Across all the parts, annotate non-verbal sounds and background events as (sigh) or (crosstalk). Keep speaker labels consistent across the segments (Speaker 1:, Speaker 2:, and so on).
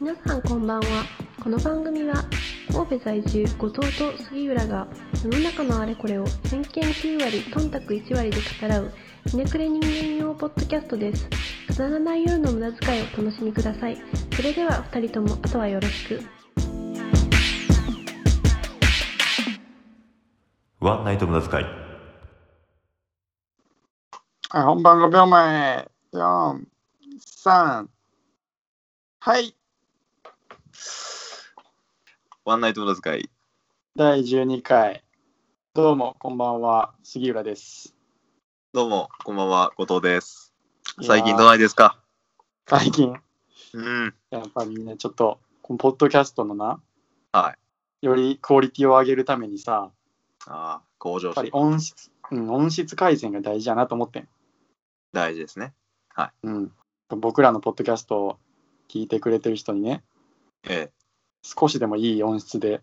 Speaker 1: 皆さんこんばんはこの番組は神戸在住後藤と杉浦が世の中のあれこれを偏見9割忖度1割で語らうひねくれ人間用ポッドキャストですくだらない夜の無駄遣いをお楽しみくださいそれでは2人ともあとはよろしく
Speaker 2: ワンナイト無駄遣い。
Speaker 3: あ本番5秒前、4、3、はい、
Speaker 4: ワンナイト無駄遣い。
Speaker 3: 第12回、どうも、こんばんは、杉浦です。
Speaker 4: どうも、こんばんは、後藤です。
Speaker 3: いやー
Speaker 4: 最近どないですか
Speaker 3: 最近、
Speaker 4: うん。
Speaker 3: やっぱりね、ちょっと、このポッドキャストのな、、
Speaker 4: はい
Speaker 3: よりクオリティを上げるためにさ、
Speaker 4: ああ、向
Speaker 3: や
Speaker 4: 上
Speaker 3: っぱり
Speaker 4: 心。
Speaker 3: 音質、うん、音質改善が大事だなと思ってん。
Speaker 4: 大事ですね。
Speaker 3: うん、僕らのポッドキャストを聞いてくれてる人にね、
Speaker 4: ええ。
Speaker 3: 少しでもいい音質で、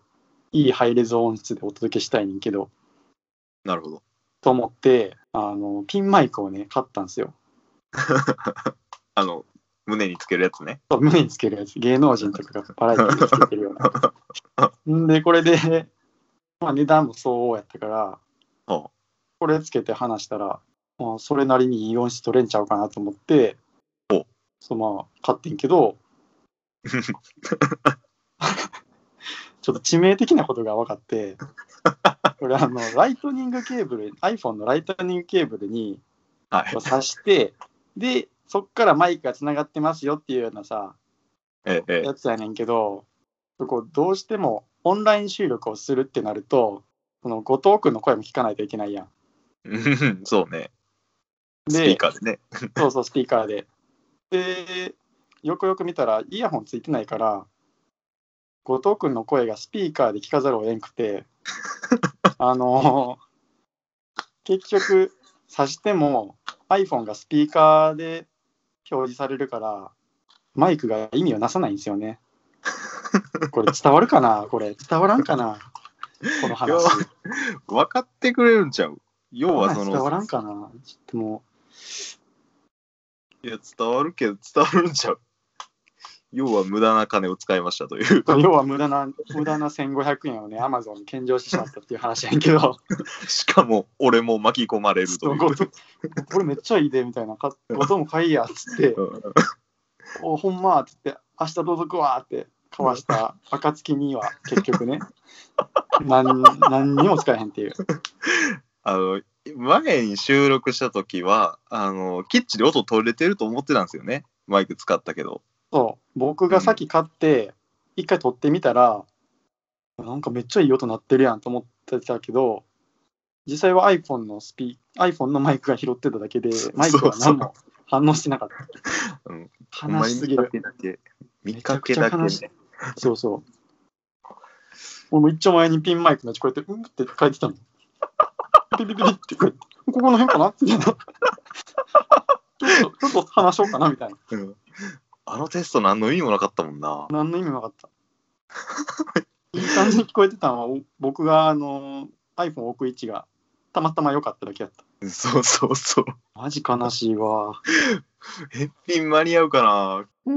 Speaker 3: いいハイレゾ音質でお届けしたいねんけど、
Speaker 4: なるほど。
Speaker 3: と思って、あの、ピンマイクをね、買ったんですよ。
Speaker 4: あの、胸につけるやつね。
Speaker 3: そう胸につけるやつ芸能人とかがバラエティーにつけてるようなんでこれで、まあ、値段も相応やったから
Speaker 4: ほ
Speaker 3: これつけて話したら、まあ、それなりにいい音質取れんちゃうかなと思って
Speaker 4: ほ
Speaker 3: そうまあ買ってんけどちょっと致命的なことが分かってこれあのライトニングケーブル iPhone のライトニングケーブルに
Speaker 4: はい
Speaker 3: こう。挿してでそっからマイクがつながってますよっていうようなさ
Speaker 4: ええ、ええ
Speaker 3: やつやねんけど、こうどうしてもオンライン収録をするってなると、この後藤君の声も聞かないといけないやん。
Speaker 4: うん。そうね。スピー
Speaker 3: で、
Speaker 4: カーでね。
Speaker 3: そうそう、スピーカーで。で、よくよく見たら、イヤホンついてないから、後藤君の声がスピーカーで聞かざるを得んく
Speaker 4: (laughs)
Speaker 3: て、あの結局、さしても iPhone がスピーカーで表示されるから、マイクが意味をなさないんですよ
Speaker 4: (laughs)
Speaker 3: ね。これ伝わるかなこれ伝わらんかなこの話。
Speaker 4: 分かってくれるんちゃう要は
Speaker 3: (laughs)
Speaker 4: そ
Speaker 3: 伝わら
Speaker 4: の、
Speaker 3: んかなちょっとも
Speaker 4: いや、伝わるけど、伝わるんちゃう要は無駄な金を使いましたという。
Speaker 3: (laughs) う、要は無駄な、無駄な1500円をね、Amazon に献上してしまったっていう話やねんけど。
Speaker 4: しかも、俺も巻き込まれるという。
Speaker 3: そう後藤これめっちゃいいでみたいな、か後とも買いやっつ
Speaker 4: (laughs)
Speaker 3: って、
Speaker 4: うん
Speaker 3: おほんまっつって、明日届くわって交わした暁には結局ね、なん何にも使えへんっていう。
Speaker 4: あの前に収録した時はあのキッチンで音取れてると思ってたんですよねマイク使ったけど
Speaker 3: そう、僕がさっき買って、一回撮ってみたら、なんかめっちゃいい音鳴ってるやんと思ってたけど、実際は iPhone のスピ iPhone のマイクが拾ってただけで、マイクは何も反応してなかった。
Speaker 4: うん
Speaker 3: 悲しすぎる。
Speaker 4: ほんまに見
Speaker 3: めち
Speaker 4: か
Speaker 3: ゃく
Speaker 4: け
Speaker 3: ちゃ
Speaker 4: だけ見
Speaker 3: 悲
Speaker 4: か
Speaker 3: しい
Speaker 4: けだけね
Speaker 3: そうそう。俺も一丁前にピンマイクのやつこうやって、うんって書いてたもん。ピピピピって書いて、ここの辺かなみたいな。ちょっと、ちょっと話しようかなみたいな。
Speaker 4: うんあのテスト何の意味もなかったもんな
Speaker 3: 何の意味もなかった。いい感じに聞こえてたのは、お僕が、あの、iPhone 置く位置がたまたま良かっただけだった。
Speaker 4: そうそうそう
Speaker 3: マジ悲しいわ。
Speaker 4: 返品間に合うかな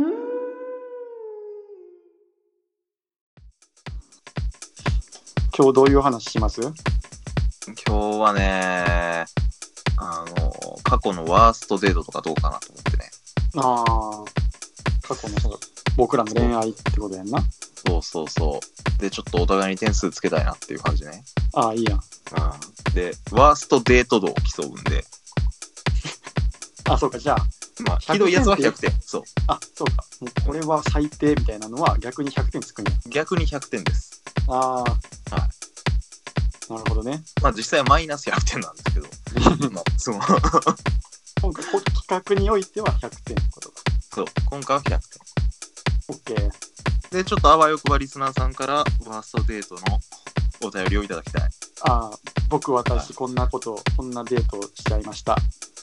Speaker 3: 今日どういう話します
Speaker 4: 今日はねあの過去のワーストデートとかどうかなと思ってね
Speaker 3: ああ、過去のそう僕らの恋愛ってことやんな。
Speaker 4: そうそうそうでちょっとお互いに点数つけたいなっていう感じね
Speaker 3: ああ、いいやん。
Speaker 4: でワーストデート度を競うんで
Speaker 3: あ、そうか、じゃあ、
Speaker 4: まあ、ひどいやつは100点。そう。
Speaker 3: あ、そうか。もうこれは最低みたいなのは逆に100点つくんや。
Speaker 4: 逆に100点です。
Speaker 3: ああ。なるほどね。
Speaker 4: まあ、実際はマイナス100点なんですけど。 (laughs) まあ、そう。
Speaker 3: 今回、こ企画においては100点ってことか。
Speaker 4: そう。今回は100
Speaker 3: OK。
Speaker 4: 点。で、ちょっとあわよくばリスナーさんから、ワーストデートのお便りをいただきたい。
Speaker 3: ああ、僕、私、こんなこと、こんなデートをしちゃいました。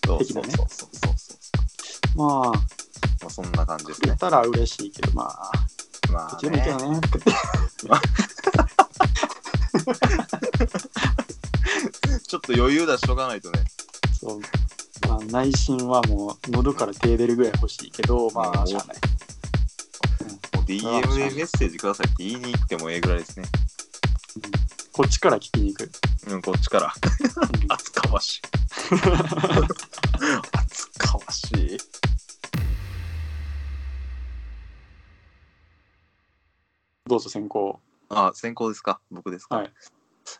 Speaker 4: そう
Speaker 3: 的
Speaker 4: そ
Speaker 3: な
Speaker 4: う
Speaker 3: ね
Speaker 4: そうそうそうそう。
Speaker 3: まあ、
Speaker 4: まあ、そんな感じです
Speaker 3: 食
Speaker 4: ね
Speaker 3: え。たら嬉しいけど、まあ、ど
Speaker 4: ま
Speaker 3: っ
Speaker 4: あ、
Speaker 3: ちでもいいけど
Speaker 4: ね、
Speaker 3: ね。
Speaker 4: ちょっと余裕出しとかないとね。
Speaker 3: そう。まあ、内
Speaker 4: (laughs)
Speaker 3: 心はもう、喉から手出るぐらい欲しいけど、まあ、しゃあない。
Speaker 4: DM でメッセージくださいって言いに行ってもええぐらいですね。
Speaker 3: こっちから聞きに行く。
Speaker 4: うん、こっちから。 (laughs)
Speaker 3: うん
Speaker 4: 厚かましい。厚かましい。
Speaker 3: どうぞ先行。
Speaker 4: あ、先行ですか僕ですか、
Speaker 3: はい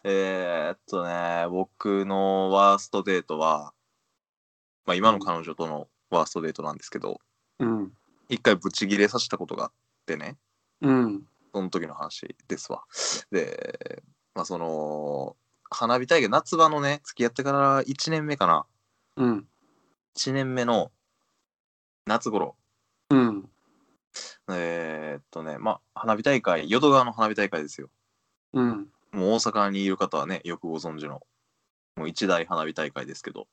Speaker 4: えーっとね、僕のワーストデートは、まあ今の彼女とのワーストデートなんですけど、
Speaker 3: うん。
Speaker 4: 一回ブチギレさせたことがあってね、
Speaker 3: うん。
Speaker 4: その時の話ですわ。で、まあその、花火大会、夏場のね、付き合ってから1年目かな。
Speaker 3: うん。
Speaker 4: 1年目の夏頃、
Speaker 3: うん。
Speaker 4: えーっとね、まあ花火大会、淀川の花火大会ですよ。
Speaker 3: うん。
Speaker 4: もう大阪にいる方はね、よくご存知の、もう一大花火大会ですけど、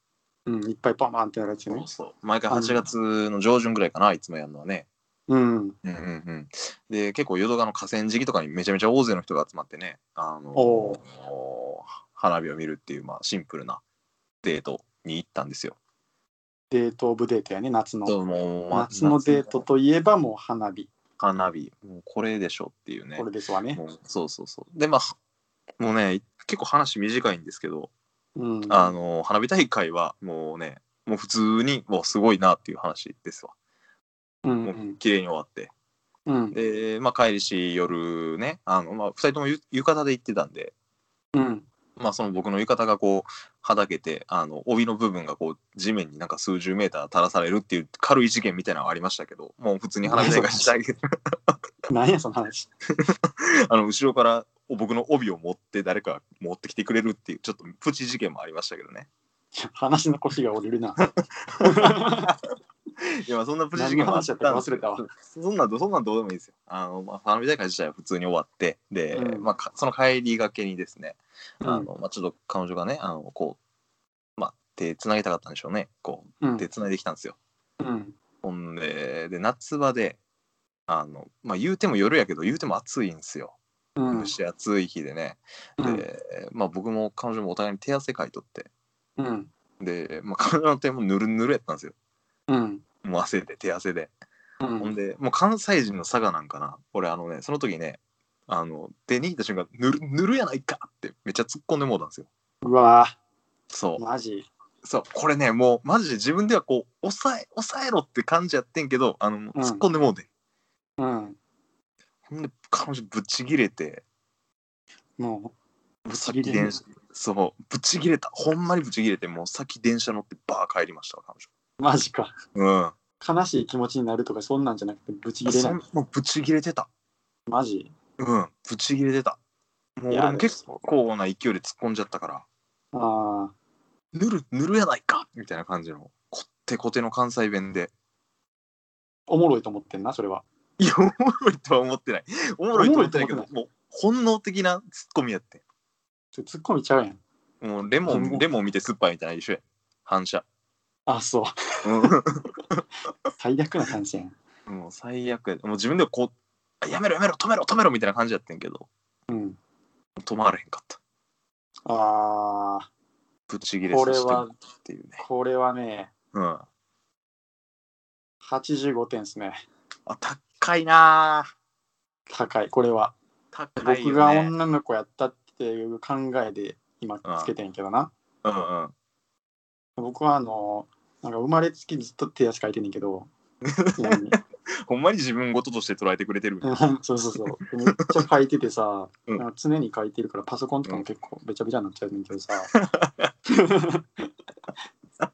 Speaker 3: うん。いっぱいパンパンってやられて
Speaker 4: そ
Speaker 3: ね
Speaker 4: う。そう毎回
Speaker 3: あの
Speaker 4: 8月の上旬ぐらいかな、いつもやるのはね。
Speaker 3: うん。
Speaker 4: うんうんうん、で、結構淀川の河川敷とかにめちゃめちゃ大勢の人が集まってね、あの
Speaker 3: お
Speaker 4: 花火を見るっていう、まあ、シンプルなデートに行ったんですよ。
Speaker 3: デートオブデートやね、夏の。
Speaker 4: そうもうま
Speaker 3: 夏のデートといえばもう花火。
Speaker 4: 花火、もうこれでしょっていうね
Speaker 3: こ。れですわね。
Speaker 4: もうそうそうそう。で、まあ、もうね、結構話短いんですけど、
Speaker 3: うん。
Speaker 4: あの花火大会はもうねもう普通にもうすごいなっていう話ですわ
Speaker 3: うんう。
Speaker 4: もうん綺麗に終わって
Speaker 3: うん。
Speaker 4: で、まあ、帰りし夜ねあの、まあ、2人ともゆ浴衣で行ってたんで、
Speaker 3: うん。
Speaker 4: まあ、その僕の浴衣がこうはだけてあの帯の部分がこう地面になんか数十メーター垂らされるっていう軽い事件みたいなのはありましたけどもう普通に花火大会したい
Speaker 3: 何やその話。
Speaker 4: (laughs) あの後ろから僕の帯を持って誰か持ってきてくれるっていうちょっとプチ事件もありましたけどね
Speaker 3: 話の腰が折れる
Speaker 4: (laughs)
Speaker 3: な。
Speaker 4: いや、まあそんなプチ事件もあったんです
Speaker 3: 何の話だ
Speaker 4: けど
Speaker 3: ったか忘れ。
Speaker 4: そ (laughs) んなんど、そんなんどうでもいいですよ。あの、まあ、花火大会自体は普通に終わって、で、
Speaker 3: うん
Speaker 4: まあか、その帰りがけにですね、
Speaker 3: う
Speaker 4: あ
Speaker 3: ん
Speaker 4: の、まあ、ちょっと彼女がね、あの、こう、まあ、手つなげたかったんでしょうね。こ
Speaker 3: う
Speaker 4: う、
Speaker 3: ん
Speaker 4: 手。つないできたんですよ。
Speaker 3: うん。
Speaker 4: ほんで、で、夏場で、あの、まあ、言うても夜やけど、言うても暑いんですよ。
Speaker 3: うん。
Speaker 4: 蒸し暑い日でね。
Speaker 3: うん
Speaker 4: で、まあ、僕も彼女もお互いに手汗かいとって、
Speaker 3: うん。
Speaker 4: で、まあ、彼女の手もぬるぬるやったんですよ。
Speaker 3: うん。
Speaker 4: もう汗で、手汗で。
Speaker 3: う
Speaker 4: ほん
Speaker 3: ん。
Speaker 4: で、もう関西人の佐賀なんかな。俺、あのね、その時ね、あの、手握った瞬間、ぬる、ぬるやないかってめっちゃ突っ込んでもうたんですよ。
Speaker 3: うわ
Speaker 4: そ
Speaker 3: ぁ、マジ。
Speaker 4: う。そう、これね、もう、マジで自分ではこう、抑え、抑えろって感じやってんけど、あの、もう
Speaker 3: うん
Speaker 4: 突っ込んでもうて。
Speaker 3: うん。
Speaker 4: ほんで、彼女ぶっちぎれて、
Speaker 3: も
Speaker 4: もうさっき電車
Speaker 3: ぶ、
Speaker 4: そう、ぶっちぎれた。ほんまにぶっちぎれて、もうさっき電車乗ってバー帰りましたわ、彼
Speaker 3: う、マジか。
Speaker 4: 女。うん。
Speaker 3: 悲しい気持ちになるとか、そんなんじゃなくて、ぶち切れ
Speaker 4: そ
Speaker 3: ない
Speaker 4: ん。もうぶっちぎれてた。
Speaker 3: マジ。
Speaker 4: うん、ぶっちぎれてた。もう
Speaker 3: い
Speaker 4: 俺
Speaker 3: や
Speaker 4: も結構な勢いで突っ込んじゃったから。
Speaker 3: ああ。
Speaker 4: ぬるぬるやないかみたいな感じのこってこての関西弁で
Speaker 3: おもろいと思ってんな、それは。
Speaker 4: いやおもろいとは思ってないおもろいと思ってないけ
Speaker 3: お
Speaker 4: ど
Speaker 3: も
Speaker 4: もう本能的なツッコミやって
Speaker 3: ちょっと突っ込みちゃうやん。
Speaker 4: もうレモ
Speaker 3: う
Speaker 4: ン
Speaker 3: ん
Speaker 4: レモン見て酸っぱいみたいな一緒や反射
Speaker 3: あ、そう。
Speaker 4: う
Speaker 3: 最悪な感じやん。
Speaker 4: (laughs) んもう最悪やもう自分ではこうあやめろやめろ止めろ止めろみたいな感じやってんけど
Speaker 3: うん。
Speaker 4: 止まらへんかった
Speaker 3: ああ、
Speaker 4: ぶち切れさせてもらったっていうね
Speaker 3: これはね、
Speaker 4: うんあ
Speaker 3: 85点ですね。
Speaker 4: 高いなあ
Speaker 3: 高い、これは。
Speaker 4: 高い
Speaker 3: 僕
Speaker 4: よ
Speaker 3: が
Speaker 4: ね
Speaker 3: 女の子やったっていう考えで今つけてんけどな。
Speaker 4: うんうん
Speaker 3: 僕はあの、なんか生まれつきずっと手足かいてんねんけ
Speaker 4: (laughs)
Speaker 3: ど、いや
Speaker 4: ほんまに自分事として捉えてくれてる
Speaker 3: うん (laughs) そうそうそう。めっちゃ書いててさ、
Speaker 4: うん
Speaker 3: なんか常に書いてるからパソコンとかも結構べちゃべちゃになっちゃうねんけどさ。
Speaker 4: (laughs)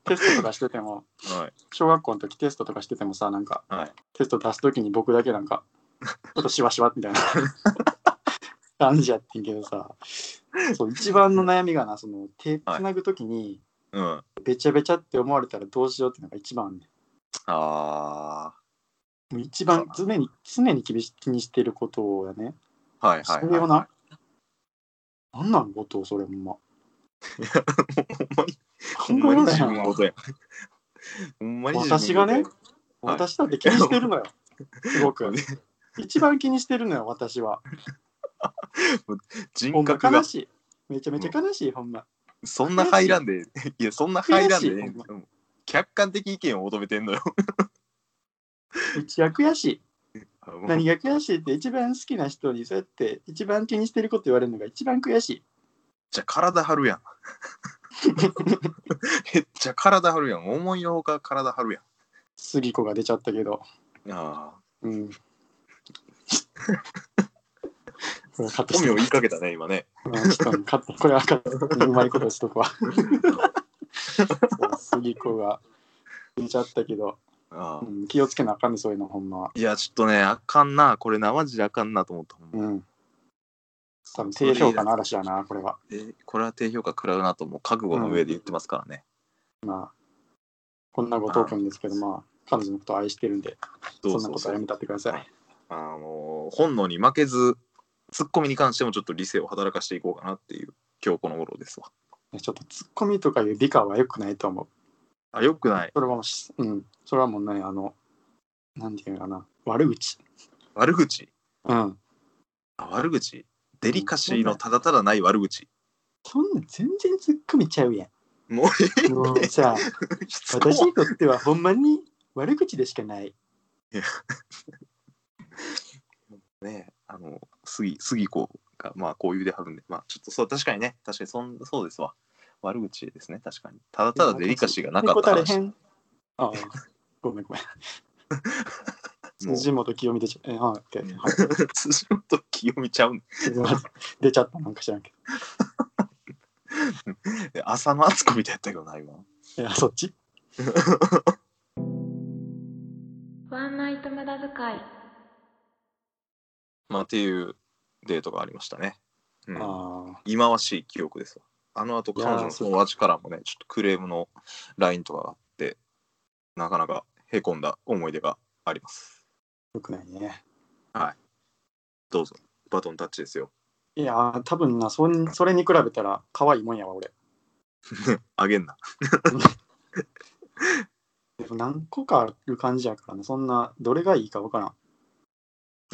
Speaker 3: テストとかしてても、
Speaker 4: はい
Speaker 3: 小学校の時テストとかしててもさ、なんか
Speaker 4: はい
Speaker 3: テスト出す時に僕だけなんか、ちょっとしわしわみたい
Speaker 4: (laughs)
Speaker 3: な感じやってんけどさ、そう一番の悩みがな、その手つなぐ時に
Speaker 4: うんあ
Speaker 3: べちゃべちゃって思われたらどうしようっていうのが一番あんねん
Speaker 4: あ
Speaker 3: もう一番常に常に厳し気にしてることやね。
Speaker 4: ーはいはい、
Speaker 3: そ
Speaker 4: はい、
Speaker 3: れをな、なんなんことそれほんま。
Speaker 4: ほ
Speaker 3: ほ
Speaker 4: んまに
Speaker 3: 考え
Speaker 4: 自
Speaker 3: られへ
Speaker 4: 分
Speaker 3: ん
Speaker 4: の
Speaker 3: わ
Speaker 4: ことや。 (laughs) ほんまに
Speaker 3: 私がね、
Speaker 4: はい
Speaker 3: 私だって気にしてるのよ。すごく
Speaker 4: (laughs) ね。
Speaker 3: 一番気にしてるのよ、私は。ほ
Speaker 4: 人
Speaker 3: んま
Speaker 4: 格
Speaker 3: 悲
Speaker 4: が
Speaker 3: しい。めちゃめちゃ悲しい、ほんま。
Speaker 4: そんな入らんで、いや、そんな入らんでね
Speaker 3: 悔しい、
Speaker 4: (laughs) 客観的意見を求めてんのよ。
Speaker 3: うちは悔しい。何が悔しいって一番好きな人にそうやって一番気にしてること言われるのが一番悔
Speaker 4: (laughs)
Speaker 3: しい。
Speaker 4: じゃ体張るやん。めっちゃ体張るやん。思いのほか体張るや
Speaker 3: 杉子が出ちゃったけど。
Speaker 4: ん。ああ。 (laughs)
Speaker 3: うん。これはカットし
Speaker 4: 本
Speaker 3: て
Speaker 4: 名言いかけたね、今ね。
Speaker 3: うんちょっとカットこれはカットうまいことしと (laughs) くわ。そう杉子が出ちゃったけど、
Speaker 4: あ
Speaker 3: う
Speaker 4: あ
Speaker 3: ん、気をつけなあかんねそういうのほんまは。
Speaker 4: いや、ちょっとね、あかんな。これな、マジであかんなと思った。ほんま
Speaker 3: うん。多分低評価の嵐だな、これは。
Speaker 4: えこれは低評価食らうなと、もう覚悟の上で言ってますからね。
Speaker 3: まあ、こんな後藤君ですけど、まあ、彼女のことを愛してるんで、
Speaker 4: ど
Speaker 3: そ
Speaker 4: うん
Speaker 3: な
Speaker 4: ぞ
Speaker 3: ことはやめたってくださ
Speaker 4: はい
Speaker 3: い。
Speaker 4: あのー本能に負けず、ツッコミに関してもちょっと理性を働かしていこうかなっていう、今日この頃ですわ。
Speaker 3: ちょっとツッコミとかいう美化は良くないと思う。
Speaker 4: あ、よくない。
Speaker 3: それはもうし、うん、それはもうね、あの、なんていうのかな、悪口。
Speaker 4: 悪口。
Speaker 3: うん。
Speaker 4: あ悪口。デリカシーのただただない悪口。
Speaker 3: そんなん全然ツッコミちゃうや
Speaker 4: もう、え
Speaker 3: ん。もうさ、
Speaker 4: しつこい
Speaker 3: 私にとってはほんまに悪口でしかない。
Speaker 4: ねあの杉杉子がまあこういうではるんでまあちょっとそう確かにね確かにそんそうですわ悪口ですね確かにただただデリカシーがなかった
Speaker 3: へ
Speaker 4: 話
Speaker 3: ん。ああ、ごめんごめん。
Speaker 4: もう
Speaker 3: 辻元清美でちゃ、え、はい、オッケーはい
Speaker 4: 辻元清美ちゃうん
Speaker 3: 辻元出ちゃったなんか知らんけ
Speaker 4: で浅野敦子みたいやったけどな今
Speaker 3: ど。いや、そっち
Speaker 1: ワンナイト無駄遣い。
Speaker 4: まあっていうデートがありましたね、うん
Speaker 3: あ
Speaker 4: 忌まわしい記憶ですわあの後
Speaker 3: いや
Speaker 4: 彼
Speaker 3: ー
Speaker 4: 女の友達からもねちょっとクレームの LINE とかがあってなかなかへこんだ思い出があります
Speaker 3: あ、よくないね。
Speaker 4: どうぞバトンタッチですよ
Speaker 3: いやー、多分な、そんそれに比べたら可愛いもんやわ、俺。
Speaker 4: あげんな
Speaker 3: でも何個かある感じやからね、そんな、どれがいいかわから
Speaker 4: あ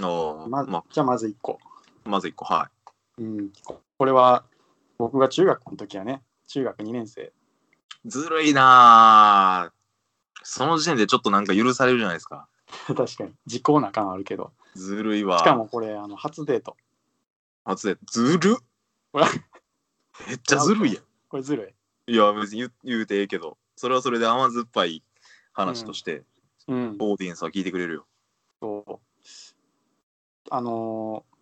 Speaker 4: あ
Speaker 3: ん。ま
Speaker 4: ま
Speaker 3: じゃあ、まず1個。
Speaker 4: まず一個はい
Speaker 3: うん、これは僕が中学の時はね中学2年生 (laughs)
Speaker 4: ずるいなあその時点でちょっとなんか許されるじゃないですか。
Speaker 3: 確かに時効な感あるけど
Speaker 4: ずるいわ。
Speaker 3: しかもこれあの初デート
Speaker 4: 初で、ずるっ
Speaker 3: ほら
Speaker 4: めっちゃずるいや
Speaker 3: これずる
Speaker 4: ん。いや、別に言う言うてええけど、それはそれで甘酸っぱい話として、
Speaker 3: いうん
Speaker 4: オーディエンスは聞いてくれるよ。
Speaker 3: そうあのー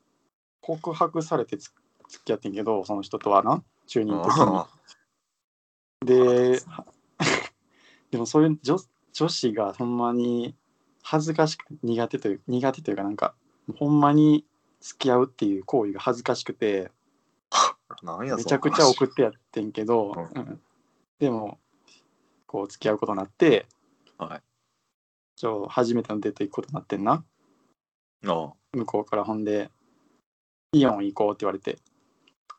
Speaker 3: 告白されてつ付き合ってんけどその人とはな中人
Speaker 4: あ
Speaker 3: 的にででもそういう女女子がほんまに恥ずかしくて苦手という苦手というかなんかほんまに付き合うっていう行為が恥ずかしくて、
Speaker 4: あなんや、
Speaker 3: めちゃくちゃ送
Speaker 4: っ
Speaker 3: ってやってんけど、う
Speaker 4: う
Speaker 3: んでもこう付き合うことになって
Speaker 4: はい。
Speaker 3: ちょ初めてのデート行くことになってんな
Speaker 4: ああ
Speaker 3: 向こうからほんでイオン行こうって言われて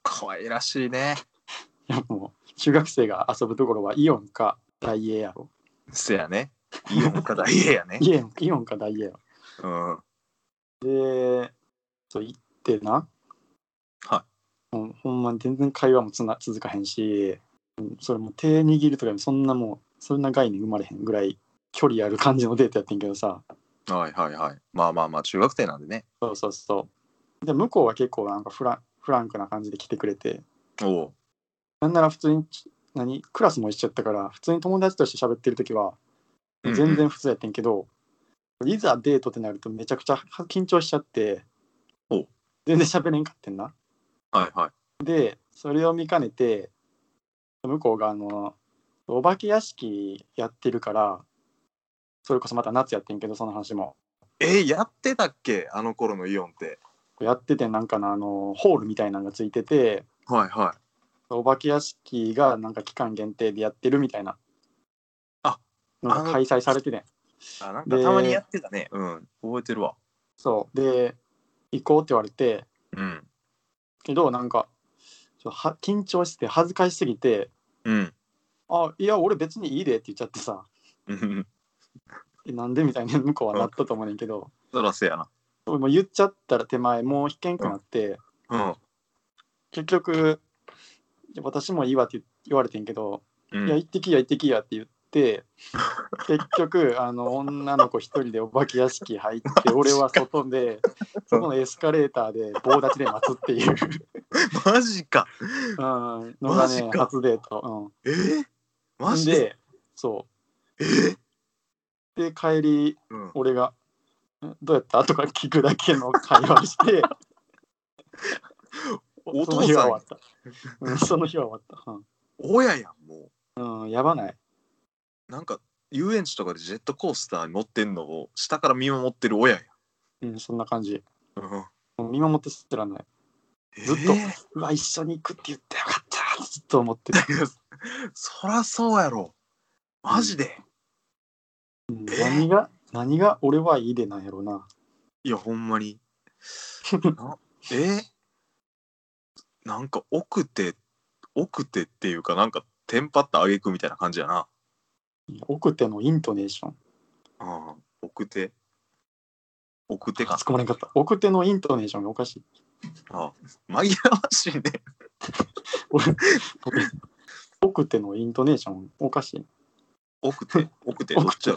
Speaker 4: 可愛らしいね。
Speaker 3: いやもう中学生が遊ぶところはイオンかダイエーやろ
Speaker 4: せやね。イオンかダイエーや
Speaker 3: (laughs)
Speaker 4: ね。
Speaker 3: イエンイオンかダイエーやろ
Speaker 4: うん。
Speaker 3: でそう行ってな
Speaker 4: は
Speaker 3: もうほんまに全然会話もつな続かへんしうんそれも手握るとかそんなもうそんな概念生まれへんぐらい距離ある感じのデートやってんけどさ
Speaker 4: い。はいはいはい。まあまあまあ、中学生なんでね。
Speaker 3: そうそうそう。で、向こうは結構なんかフラフランクな感じで来てくれて、
Speaker 4: おう
Speaker 3: なんなら普通に、何、クラスも一緒やったから、普通に友達として喋ってるときは、
Speaker 4: うんうん
Speaker 3: 全然普通やってんけど、いざデートってなるとめちゃくちゃ緊張しちゃって
Speaker 4: おう、
Speaker 3: 全然喋れんかってんな。
Speaker 4: はいはい。
Speaker 3: で、それを見かねて、向こうがあの、お化け屋敷やってるから、それこそまた夏やってんけど、その話も。
Speaker 4: えーやってたっけあの頃のイオンって。
Speaker 3: やってて、なんかな、あの、ホールみたいなのがついてて、
Speaker 4: はいはい。
Speaker 3: お化け屋敷がなんか期間限定でやってるみたいな。
Speaker 4: あ
Speaker 3: のが開催されてね。
Speaker 4: あなんか
Speaker 3: で
Speaker 4: たまにやってたね。うん。覚えてるわ。
Speaker 3: そう。で、行こうって言われて、
Speaker 4: うん。
Speaker 3: けどなんか、ちょは緊張して恥ずかしすぎて、
Speaker 4: うん。 (laughs)
Speaker 3: あ、いや、俺別にいいでって言っちゃってさ、 (laughs)
Speaker 4: うん
Speaker 3: えなんでみたいな (laughs) 向こうはなったと思うねんけど、
Speaker 4: そらせやな。
Speaker 3: 俺もう言っちゃったら手前、もう引けんくなって、
Speaker 4: うん。
Speaker 3: 結局、私もいいわって言言われてんけど、
Speaker 4: うん、
Speaker 3: いや、行ってきや、行ってきやって言っって結局あの女の子一人でお化け屋敷入って俺は外でそこのエスカレーターで棒立ちで待つっていう、
Speaker 4: (laughs)
Speaker 3: (laughs)
Speaker 4: マジか。
Speaker 3: うん、のが
Speaker 4: マジ
Speaker 3: ね
Speaker 4: か
Speaker 3: 初デート。
Speaker 4: えー、
Speaker 3: う
Speaker 4: マ
Speaker 3: ん、
Speaker 4: ジで。
Speaker 3: でそ
Speaker 4: えー
Speaker 3: うで帰り
Speaker 4: うん、
Speaker 3: 俺がん「どうやった?」とか聞くだけの会話して
Speaker 4: (laughs) お
Speaker 3: その
Speaker 4: 父
Speaker 3: 日は終
Speaker 4: さん
Speaker 3: わった。うん (laughs) その日は終わった。うん
Speaker 4: 親やんも
Speaker 3: うん、やばない。
Speaker 4: うなんか遊園地とかでジェットコースターに乗ってんのを下から見守ってる親やん、
Speaker 3: うん、そんな感じ。
Speaker 4: うん
Speaker 3: もう見守ってすらない。ずっと
Speaker 4: え
Speaker 3: うわ、一緒に行くって言ってよかったってずっと思ってた。
Speaker 4: ーいやそらそうやろマジで、
Speaker 3: うん何が、何が俺はいいでなんやろうな。
Speaker 4: いやほん
Speaker 3: (laughs)
Speaker 4: まになえーなんか奥手奥手っていうかなんかテンパった挙句みたいな感じやな、
Speaker 3: 奥手のイントネーション。
Speaker 4: うん、奥手奥手か
Speaker 3: 突っ込まれんかった。奥手のイントネーションがおかしい。
Speaker 4: あ紛らわしいね
Speaker 3: 俺奥手のイントネーションおかしい。
Speaker 4: 奥手奥手どっちや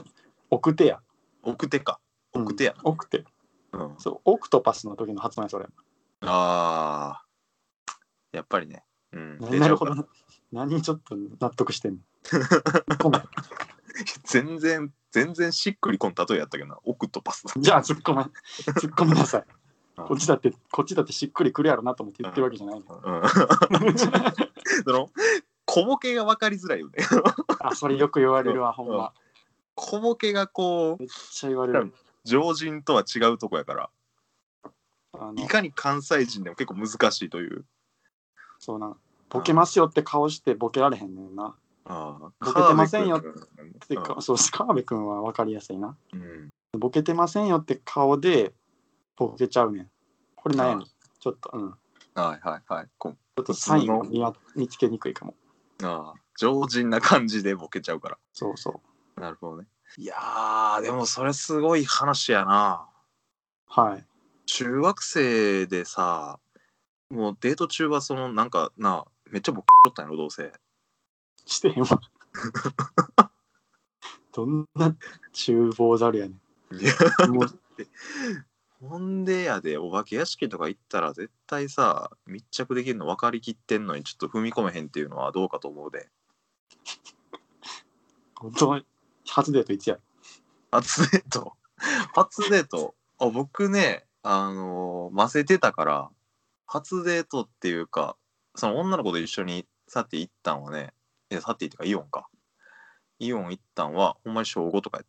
Speaker 3: 奥手や。
Speaker 4: 奥手か
Speaker 3: うん
Speaker 4: 奥手や、
Speaker 3: 奥手。
Speaker 4: うん、
Speaker 3: そう、オクトパスの時の発音や、それ。
Speaker 4: ああ、やっぱりね。うん、出ちゃう
Speaker 3: なるほど
Speaker 4: から。
Speaker 3: な。何ちょっと納得してんの。ごめん
Speaker 4: 全然、全然しっくりこん例えやったけどな、オクトパス。
Speaker 3: じゃあ、突っ込め、突っ込みなさい。
Speaker 4: うん
Speaker 3: こっちだって、こっちだってしっくりくるやろなと思って言ってるわけじゃない。
Speaker 4: うん、 (laughs) その小ボケが分かりづらいよね。 (laughs)
Speaker 3: あ、それよく言われるわ、ほんま。
Speaker 4: 小ボケがこう、
Speaker 3: めっちゃ言われる。
Speaker 4: 常人とは違うとこやから、
Speaker 3: あ
Speaker 4: い
Speaker 3: の
Speaker 4: かに関西人でも結構難しいという。
Speaker 3: そうなんボケますよって顔してボケられへんねんな。
Speaker 4: あ
Speaker 3: ボケてませんよ
Speaker 4: って
Speaker 3: で、かそう、川辺君は分かりやすいな。
Speaker 4: うん、
Speaker 3: ボケてませんよって顔でボケちゃうねん。これ悩み。ちょっと、うん。ち
Speaker 4: はいはいはい。こう
Speaker 3: ょっとサインを見わ見つけにくいかも。
Speaker 4: あー常人な感じでボケちゃうから。
Speaker 3: そうそう。
Speaker 4: なるほどね。いやー、でもそれすごい話やな。
Speaker 3: はい。
Speaker 4: 中学生でさもうデート中はそのなんかなめっちゃ僕とったんやろどうせ
Speaker 3: してへん
Speaker 4: (laughs)
Speaker 3: わ。どんな厨房ざるやねん。もう
Speaker 4: ほんでやでお化け屋敷とか行ったら絶対さ密着できるの分かりきってんのにちょっと踏み込めへんっていうのはどうかと思うで
Speaker 3: 本当初デートいつや。
Speaker 4: 初デート (laughs) 初デートあ僕ねあのー、ませてたから初デートっていうかその女の子と一緒に去って行ったんはねいや去って行ってかイオンかイオン行ったんはほんまに小5とかやっ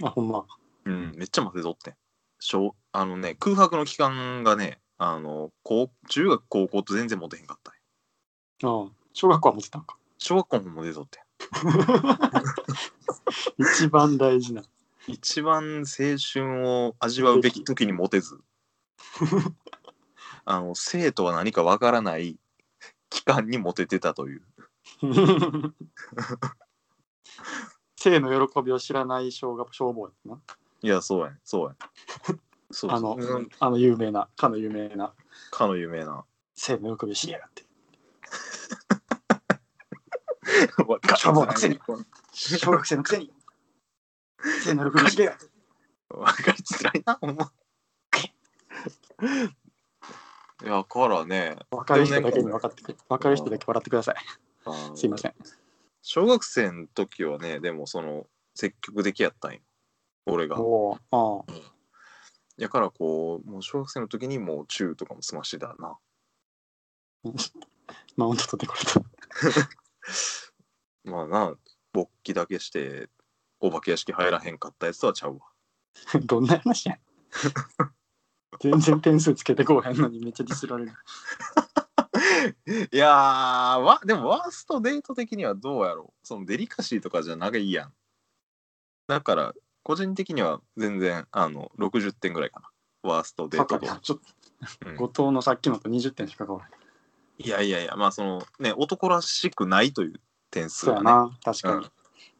Speaker 4: た
Speaker 3: あ、ほんま。
Speaker 4: うん、めっちゃ混ぜとってん小あのね空白の期間がねあの高中学高校と全然モテへんかったん
Speaker 3: あ
Speaker 4: よ
Speaker 3: あ小学校は持ってたんか。
Speaker 4: 小学校もモテとって
Speaker 3: 一番大事
Speaker 4: (laughs)
Speaker 3: な。
Speaker 4: ん一番青春を味わうべき時にモテ
Speaker 3: (laughs)
Speaker 4: ずあの生とは何かわからない期間にモテてたという
Speaker 3: 生の喜びを知らない小学消防やったない
Speaker 4: やそうやねそうやねそう
Speaker 3: あの
Speaker 4: そう
Speaker 3: あの有名な、かの有名な
Speaker 4: かの有名な
Speaker 3: 生の喜びを知りやがって。
Speaker 4: わか
Speaker 3: しょぼいくせに小学生のくせに。
Speaker 4: (laughs)
Speaker 3: 生の喜びを知りやがって。
Speaker 4: わかりづらいなほ
Speaker 3: (laughs)
Speaker 4: んまいやからね
Speaker 3: 分かる人だけに分かってくれ。分かる人だけ笑ってください。
Speaker 4: あー
Speaker 3: すいません。
Speaker 4: 小学生の時はねでもその積極的やったんよ俺が
Speaker 3: おお、ああ
Speaker 4: やからこうもう小学生の時にもう中とかも済ましてたな
Speaker 3: マウント取ってこれた。
Speaker 4: まあな勃起だけしてお化け屋敷入らへんかったやつとはちゃうわ
Speaker 3: どんな話やん全然点数つけてこうへんのにめっちゃディスら
Speaker 4: (laughs)
Speaker 3: れる。
Speaker 4: (laughs) いやーわでもワーストデート的にはどうやろうそのデリカシーとかじゃなきゃいいやんだから個人的には全然あの60点ぐらいかなワーストデート
Speaker 3: 高い
Speaker 4: と
Speaker 3: なちょっ
Speaker 4: うん
Speaker 3: と、後藤のさっきのと20点しか変わらない。
Speaker 4: いやいやいやまあそのね男らしくないという点数
Speaker 3: そう
Speaker 4: が
Speaker 3: や
Speaker 4: ね
Speaker 3: な、確か
Speaker 4: う
Speaker 3: に。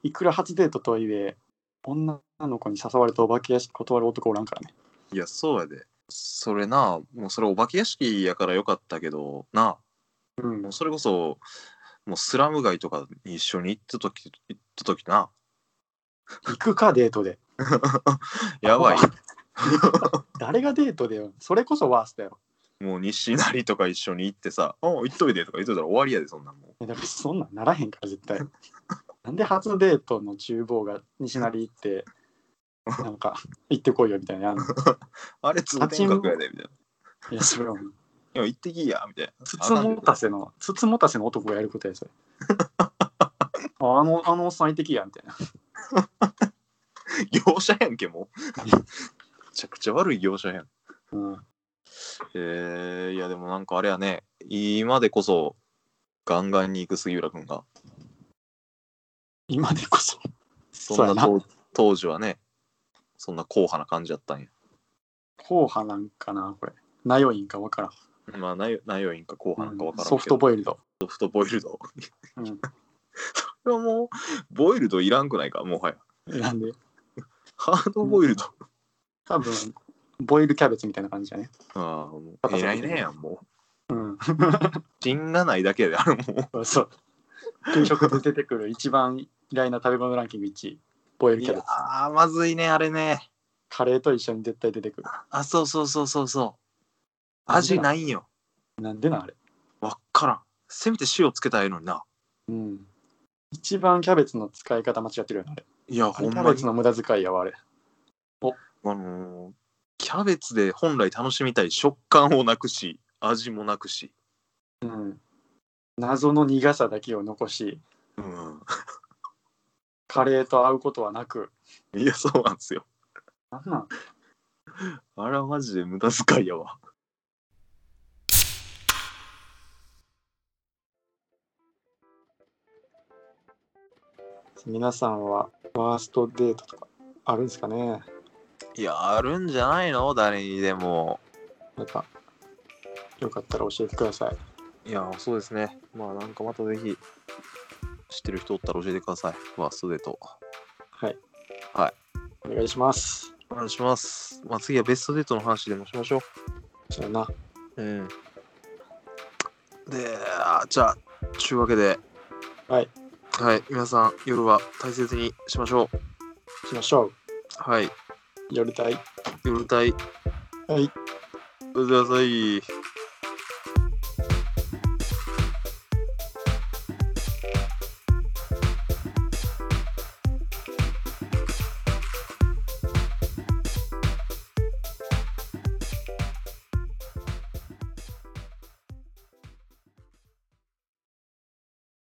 Speaker 3: いくら初デートとはいえ、女の子に誘われてお化け屋敷断る男おらんからね。
Speaker 4: いや、そうやで。それな、もうそれお化け屋敷やからよかったけど、な、
Speaker 3: うん
Speaker 4: (laughs) もう。それこそ、もうスラム街とかに一緒に行った時行った時な。
Speaker 3: 行くかデートで
Speaker 4: やばい。
Speaker 3: (laughs) 誰がデートでよそれこそワーストやろ
Speaker 4: もう西成とか一緒に行ってさ、あ行っといでとか言っといたら終わりやで、そんなんもう。
Speaker 3: えだからそんなんならへんから絶対なんで初デートの厨房が西成行ってなんか行ってこいよみたいなやんの
Speaker 4: あれ、通天閣やで、みたいな。
Speaker 3: いやそれはもう
Speaker 4: いや、行ってきいや、みたいな。
Speaker 3: 筒持たせの筒持たせの男がやることやそれああのあのおっさんいてきやみたいな
Speaker 4: 業者やんけ、もう。めちゃくちゃ悪い業者やん。
Speaker 3: うん
Speaker 4: えー、いや、でもなんかあれやね、今でこそ、ガンガンに行く杉浦君が。
Speaker 3: 今でこそ
Speaker 4: そ
Speaker 3: そ
Speaker 4: ん
Speaker 3: う
Speaker 4: な
Speaker 3: やな
Speaker 4: 当当時はね、そんな硬派な感じやったんや。
Speaker 3: 硬派なんかなこれナヨインかわからん
Speaker 4: まあ、内容員か硬派なんかわからんけど、
Speaker 3: ソフトボイルド、
Speaker 4: ソフトボイルド。
Speaker 3: うん、
Speaker 4: これはもう、ボイルドいらんくないか、もはや。
Speaker 3: なんで
Speaker 4: ハードボイルド。
Speaker 3: 多分ボイルキャベツみたいな感じだね
Speaker 4: ああ、もう、偉いねやん、もう。
Speaker 3: うん
Speaker 4: 芯がないだけで、あれも
Speaker 3: そうそう給食で出てくる一番嫌いな食べ物ランキング1位ボイ
Speaker 4: う。
Speaker 3: ル
Speaker 4: (laughs) い
Speaker 3: キャベ
Speaker 4: や
Speaker 3: ツ
Speaker 4: ー、まずいね、あれね。
Speaker 3: カレーと一緒に絶対出てくる
Speaker 4: あ、そうそうそうそうそう。味ないんよ。
Speaker 3: なんでなんあれ
Speaker 4: わっからん。せめて塩つけたらええのにな。
Speaker 3: うん一番キャベツの使い方間違ってるよねあれ
Speaker 4: いや、
Speaker 3: あれ
Speaker 4: ほん
Speaker 3: キャ
Speaker 4: ま
Speaker 3: ベ
Speaker 4: に
Speaker 3: ツ。の無駄遣いやわあれ
Speaker 4: あのーキャベツで本来楽しみたい食感をなくし、味もなくし。
Speaker 3: うん謎の苦さだけを残し
Speaker 4: うん。
Speaker 3: カレーと合うことはなく
Speaker 4: いや、そうなんですよ。
Speaker 3: なんなん
Speaker 4: あれはマジで無駄遣いやわ。
Speaker 3: 皆さんはワーストデートとかあるんですかね
Speaker 4: いや、あるんじゃないの誰にでも。
Speaker 3: なんかよかったら教えてください
Speaker 4: いや、そうですね。まあ、なんかまたぜひ、知ってる人おったら教えてください。ワーストデート。
Speaker 3: はい
Speaker 4: はい
Speaker 3: お願いします
Speaker 4: お願いします。まあ、次はベストデートの話でもしましょ
Speaker 3: そうやな
Speaker 4: う。うん。で、あじゃあ、ちゅうわけで、
Speaker 3: はい
Speaker 4: はい、皆さん、夜は大切にしましょう。
Speaker 3: しましょう
Speaker 4: はい、
Speaker 3: 夜帯
Speaker 4: 夜帯、
Speaker 3: はい
Speaker 4: おやすみなさい。